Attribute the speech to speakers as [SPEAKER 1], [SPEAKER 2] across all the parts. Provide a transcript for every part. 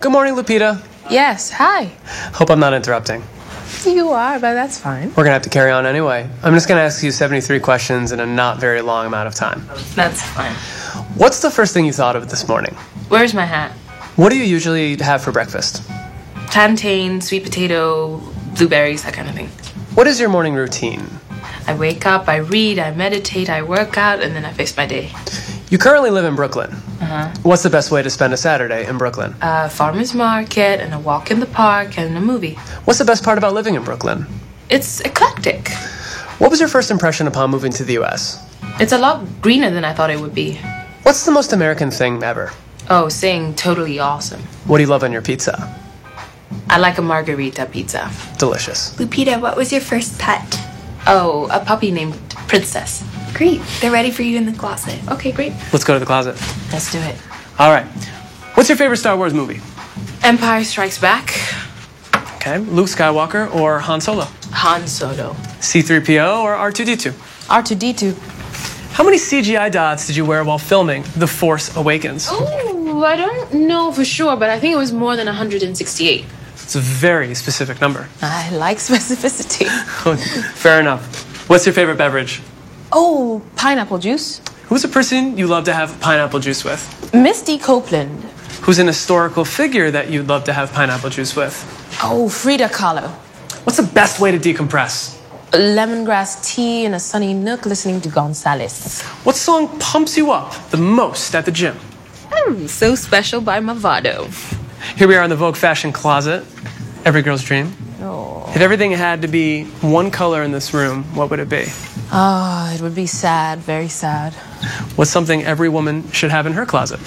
[SPEAKER 1] Good morning, Lupita.
[SPEAKER 2] Yes, hi.
[SPEAKER 1] Hope I'm not interrupting.
[SPEAKER 2] You are, but that's fine.
[SPEAKER 1] We're going to have to carry on anyway. I'm just going to ask you 73 questions in a not very long amount of time.
[SPEAKER 2] That's fine.
[SPEAKER 1] What's the first thing you thought of this morning?
[SPEAKER 2] Where's my hat?
[SPEAKER 1] What do you usually have for breakfast?
[SPEAKER 2] Plantain, sweet potato, blueberries, that kind of thing.
[SPEAKER 1] What is your morning routine?
[SPEAKER 2] I wake up, I read, I meditate, I work out, and then I face my day.
[SPEAKER 1] You currently live in Brooklyn. What's the best way to spend a Saturday in Brooklyn?
[SPEAKER 2] A farmer's market, and a walk in the park, and a movie.
[SPEAKER 1] What's the best part about living in Brooklyn?
[SPEAKER 2] It's eclectic.
[SPEAKER 1] What was your first impression upon moving to the US?
[SPEAKER 2] It's a lot greener than I thought it would be.
[SPEAKER 1] What's the most American thing ever?
[SPEAKER 2] Oh, saying totally awesome.
[SPEAKER 1] What do you love on your pizza?
[SPEAKER 2] I like a margarita pizza.
[SPEAKER 1] Delicious.
[SPEAKER 3] Lupita, what was your first pet?
[SPEAKER 2] Oh, a puppy named Princess.
[SPEAKER 3] Great. They're ready for you in the closet.
[SPEAKER 2] Okay, great.
[SPEAKER 1] Let's go to the closet.
[SPEAKER 2] Let's do it.
[SPEAKER 1] All right. What's your favorite Star Wars movie?
[SPEAKER 2] Empire Strikes Back,
[SPEAKER 1] Okay. Luke Skywalker or Han Solo?
[SPEAKER 2] Han Solo.
[SPEAKER 1] C3PO or R2D2?
[SPEAKER 2] R2D2.
[SPEAKER 1] How many CGI dots did you wear while filming The Force Awakens?
[SPEAKER 2] Oh. Ooh, I don't know for sure, but I think it was more than 168.
[SPEAKER 1] It's a very specific number.
[SPEAKER 2] I like specificity.
[SPEAKER 1] Fair enough. What's your favorite beverage?
[SPEAKER 2] Oh, pineapple juice.
[SPEAKER 1] Who's a person you love to have pineapple juice with?
[SPEAKER 2] Misty Copeland.
[SPEAKER 1] Who's an historical figure that you'd love to have pineapple juice with?
[SPEAKER 2] Oh, Frida Kahlo.
[SPEAKER 1] What's the best way to decompress?
[SPEAKER 2] Lemongrass tea in a sunny nook listening to Gonzales.
[SPEAKER 1] What song pumps you up the most at the gym?
[SPEAKER 2] Oh, so special by Movado.
[SPEAKER 1] Here we are in the Vogue fashion closet. Every girl's dream. If everything had to be one color in this room, what would it be?
[SPEAKER 2] Ah, it would be sad, very sad.
[SPEAKER 1] What's something every woman should have in her closet?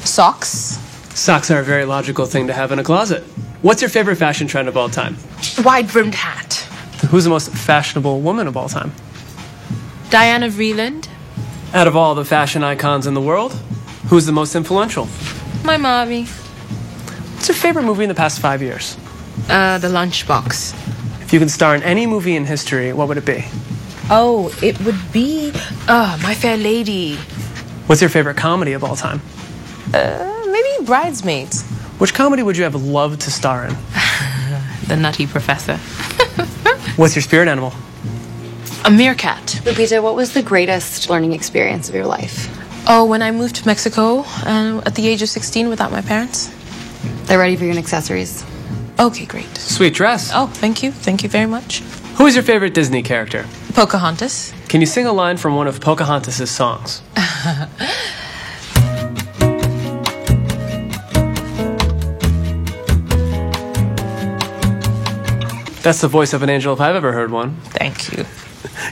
[SPEAKER 2] Socks?
[SPEAKER 1] Socks are a very logical thing to have in a closet. What's your favorite fashion trend of all time?
[SPEAKER 2] Wide brimmed hat.
[SPEAKER 1] Who's the most fashionable woman of all time?
[SPEAKER 2] Diana Vreeland.
[SPEAKER 1] Out of all the fashion icons in the world, who's the most influential?
[SPEAKER 2] My mommy.
[SPEAKER 1] What's your favorite movie in the past five years?
[SPEAKER 2] Uh, the lunchbox.
[SPEAKER 1] If you could star in any movie in history, what would it be?
[SPEAKER 2] Oh, it would be uh, My Fair Lady.
[SPEAKER 1] What's your favorite comedy of all time?
[SPEAKER 2] Uh, maybe Bridesmaids.
[SPEAKER 1] Which comedy would you have loved to star in?
[SPEAKER 2] The Nutty Professor.
[SPEAKER 1] What's your spirit animal?
[SPEAKER 2] A meerkat.
[SPEAKER 4] Lupita, what was the greatest learning experience of your life?
[SPEAKER 2] Oh, when I moved to Mexico uh, at the age of 16 without my parents.
[SPEAKER 4] They're ready for your accessories.
[SPEAKER 2] Okay, great.
[SPEAKER 1] Sweet dress.
[SPEAKER 2] Oh, thank you. Thank you very much.
[SPEAKER 1] Who is your favorite Disney character?
[SPEAKER 2] Pocahontas.
[SPEAKER 1] Can you sing a line from one of Pocahontas' songs? That's the voice of an angel if I've ever heard one.
[SPEAKER 2] Thank you.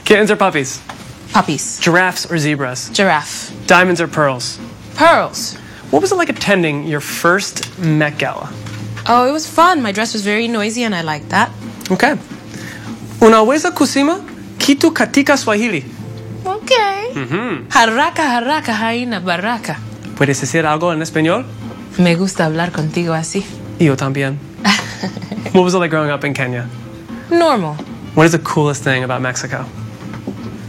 [SPEAKER 1] Kittens or puppies?
[SPEAKER 2] Puppies.
[SPEAKER 1] Giraffes or zebras?
[SPEAKER 2] Giraffe.
[SPEAKER 1] Diamonds or pearls?
[SPEAKER 2] Pearls.
[SPEAKER 1] What was it like attending your first Met Gala?
[SPEAKER 2] Oh, it was fun. My dress was very noisy and I liked that.
[SPEAKER 1] Okay. Unaweza kusema kitu katika Swahili.
[SPEAKER 2] Okay. Mm-hmm. Haraka, haraka, haina baraka.
[SPEAKER 1] ¿Puedes decir algo en español?
[SPEAKER 2] Me gusta hablar contigo así.
[SPEAKER 1] Yo también. what was it like growing up in Kenya?
[SPEAKER 2] Normal.
[SPEAKER 1] What is the coolest thing about Mexico?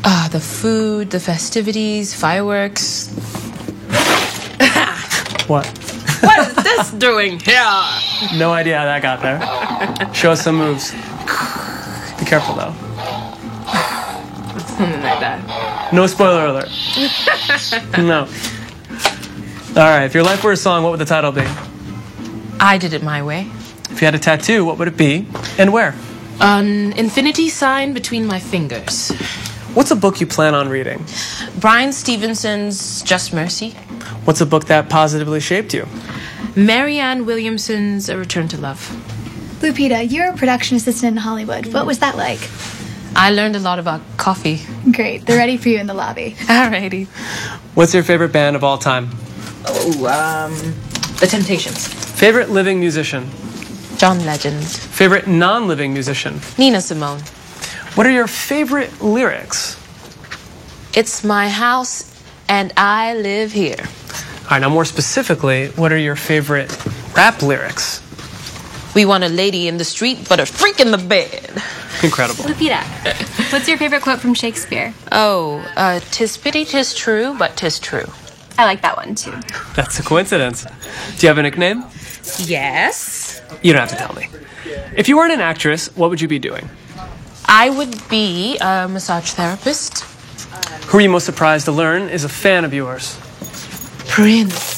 [SPEAKER 2] Ah, the food, the festivities, fireworks.
[SPEAKER 1] What?
[SPEAKER 2] What is this doing here?
[SPEAKER 1] No idea how that got there. Show us some moves. Be careful though.
[SPEAKER 2] Something like that.
[SPEAKER 1] No spoiler alert. No. All right, if your life were a song, what would the title be?
[SPEAKER 2] I did it my way.
[SPEAKER 1] If you had a tattoo, what would it be and where?
[SPEAKER 2] An infinity sign between my fingers.
[SPEAKER 1] What's a book you plan on reading?
[SPEAKER 2] Brian Stevenson's Just Mercy.
[SPEAKER 1] What's a book that positively shaped you?
[SPEAKER 2] Marianne Williamson's A Return to Love.
[SPEAKER 3] Lupita, you're a production assistant in Hollywood. What was that like?
[SPEAKER 2] I learned a lot about coffee.
[SPEAKER 3] Great. They're ready for you in the lobby.
[SPEAKER 2] Alrighty.
[SPEAKER 1] What's your favorite band of all time?
[SPEAKER 2] Oh, um. The Temptations.
[SPEAKER 1] Favorite living musician?
[SPEAKER 2] John Legend.
[SPEAKER 1] Favorite non living musician?
[SPEAKER 2] Nina Simone.
[SPEAKER 1] What are your favorite lyrics?
[SPEAKER 2] It's my house and I live here.
[SPEAKER 1] All right, now more specifically, what are your favorite rap lyrics?
[SPEAKER 2] We want a lady in the street, but a freak in the bed.
[SPEAKER 1] Incredible.
[SPEAKER 4] Lupita, what's your favorite quote from Shakespeare?
[SPEAKER 2] Oh, uh, tis pity, tis true, but tis true.
[SPEAKER 5] I like that one too.
[SPEAKER 1] That's a coincidence. Do you have a nickname?
[SPEAKER 6] Yes.
[SPEAKER 1] You don't have to tell me. If you weren't an actress, what would you be doing?
[SPEAKER 2] I would be a massage therapist.
[SPEAKER 1] Who are you most surprised to learn is a fan of yours?
[SPEAKER 2] Prince.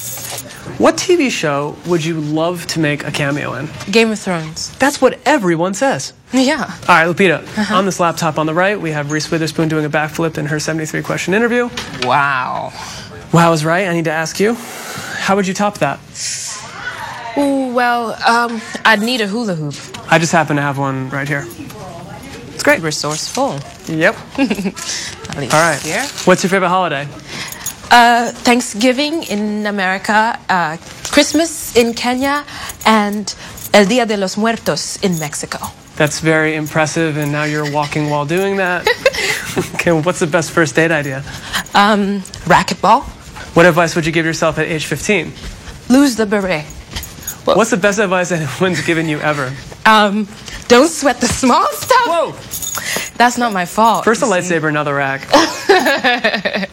[SPEAKER 1] What TV show would you love to make a cameo in?
[SPEAKER 2] Game of Thrones.
[SPEAKER 1] That's what everyone says.
[SPEAKER 2] Yeah.
[SPEAKER 1] All right, Lupita, on this laptop on the right, we have Reese Witherspoon doing a backflip in her 73 question interview.
[SPEAKER 2] Wow.
[SPEAKER 1] Wow is right. I need to ask you, how would you top that?
[SPEAKER 2] Ooh, well, um, I'd need a hula hoop.
[SPEAKER 1] I just happen to have one right here.
[SPEAKER 2] It's great. Resourceful.
[SPEAKER 1] Yep. All
[SPEAKER 2] At least
[SPEAKER 1] right.
[SPEAKER 2] Here.
[SPEAKER 1] What's your favorite holiday?
[SPEAKER 2] Uh, Thanksgiving in America, uh, Christmas in Kenya, and El Dia de los Muertos in Mexico.
[SPEAKER 1] That's very impressive, and now you're walking while doing that. okay, what's the best first date idea?
[SPEAKER 2] Um, racquetball.
[SPEAKER 1] What advice would you give yourself at age 15?
[SPEAKER 2] Lose the beret.
[SPEAKER 1] What's the best advice anyone's given you ever?
[SPEAKER 2] Um, don't sweat the small stuff. That's not my fault.
[SPEAKER 1] First a lightsaber, now the rack. um,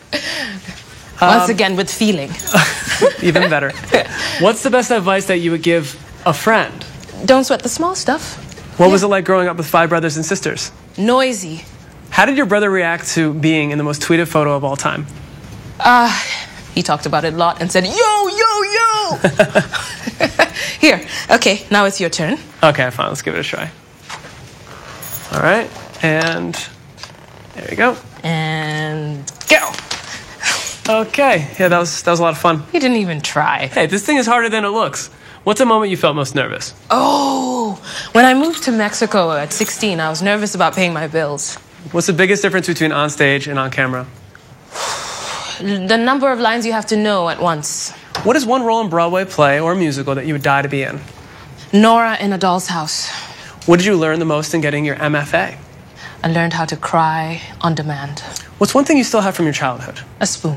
[SPEAKER 2] Once again, with feeling.
[SPEAKER 1] Even better. What's the best advice that you would give a friend?
[SPEAKER 2] Don't sweat the small stuff.
[SPEAKER 1] What was it like growing up with five brothers and sisters?
[SPEAKER 2] Noisy.
[SPEAKER 1] How did your brother react to being in the most tweeted photo of all time?
[SPEAKER 2] Uh, he talked about it a lot and said, yo, yo, yo. Here. Okay, now it's your turn.
[SPEAKER 1] Okay, fine, let's give it a try. All right, and there we go.
[SPEAKER 2] And go.
[SPEAKER 1] Okay, yeah, that was, that was a lot of fun.
[SPEAKER 2] He didn't even try.
[SPEAKER 1] Hey, this thing is harder than it looks. What's a moment you felt most nervous?
[SPEAKER 2] Oh, when I moved to Mexico at 16, I was nervous about paying my bills.
[SPEAKER 1] What's the biggest difference between on stage and on camera?
[SPEAKER 2] The number of lines you have to know at once.
[SPEAKER 1] What is one role in Broadway play or musical that you would die to be in?
[SPEAKER 2] Nora in a doll's house.
[SPEAKER 1] What did you learn the most in getting your MFA?
[SPEAKER 2] I learned how to cry on demand.
[SPEAKER 1] What's one thing you still have from your childhood?
[SPEAKER 2] A spoon.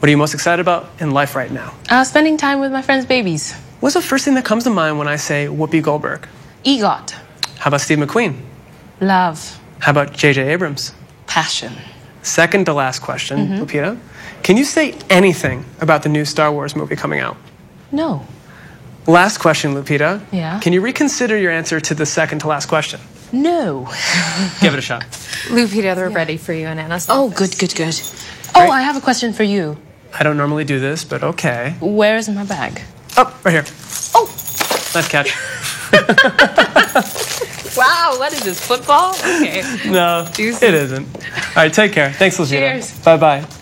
[SPEAKER 1] What are you most excited about in life right now?
[SPEAKER 2] Uh, spending time with my friends' babies.
[SPEAKER 1] What's the first thing that comes to mind when I say Whoopi Goldberg?
[SPEAKER 2] EGOT.
[SPEAKER 1] How about Steve McQueen?
[SPEAKER 2] Love.
[SPEAKER 1] How about JJ Abrams?
[SPEAKER 2] Passion.
[SPEAKER 1] Second to last question, Lupita. Can you say anything about the new Star Wars movie coming out?
[SPEAKER 2] No.
[SPEAKER 1] Last question, Lupita.
[SPEAKER 2] Yeah?
[SPEAKER 1] Can you reconsider your answer to the second to last question?
[SPEAKER 2] No.
[SPEAKER 1] Give it a shot.
[SPEAKER 4] Lupita, they're ready for you and Anna's.
[SPEAKER 2] Oh, good, good, good. Oh, I have a question for you.
[SPEAKER 1] I don't normally do this, but okay.
[SPEAKER 2] Where is my bag?
[SPEAKER 1] Oh, right here.
[SPEAKER 2] Oh.
[SPEAKER 1] Nice catch.
[SPEAKER 6] Wow, what is this, football? Okay.
[SPEAKER 1] no, it isn't. All right, take care. Thanks, Lupita.
[SPEAKER 6] Cheers.
[SPEAKER 1] Bye bye.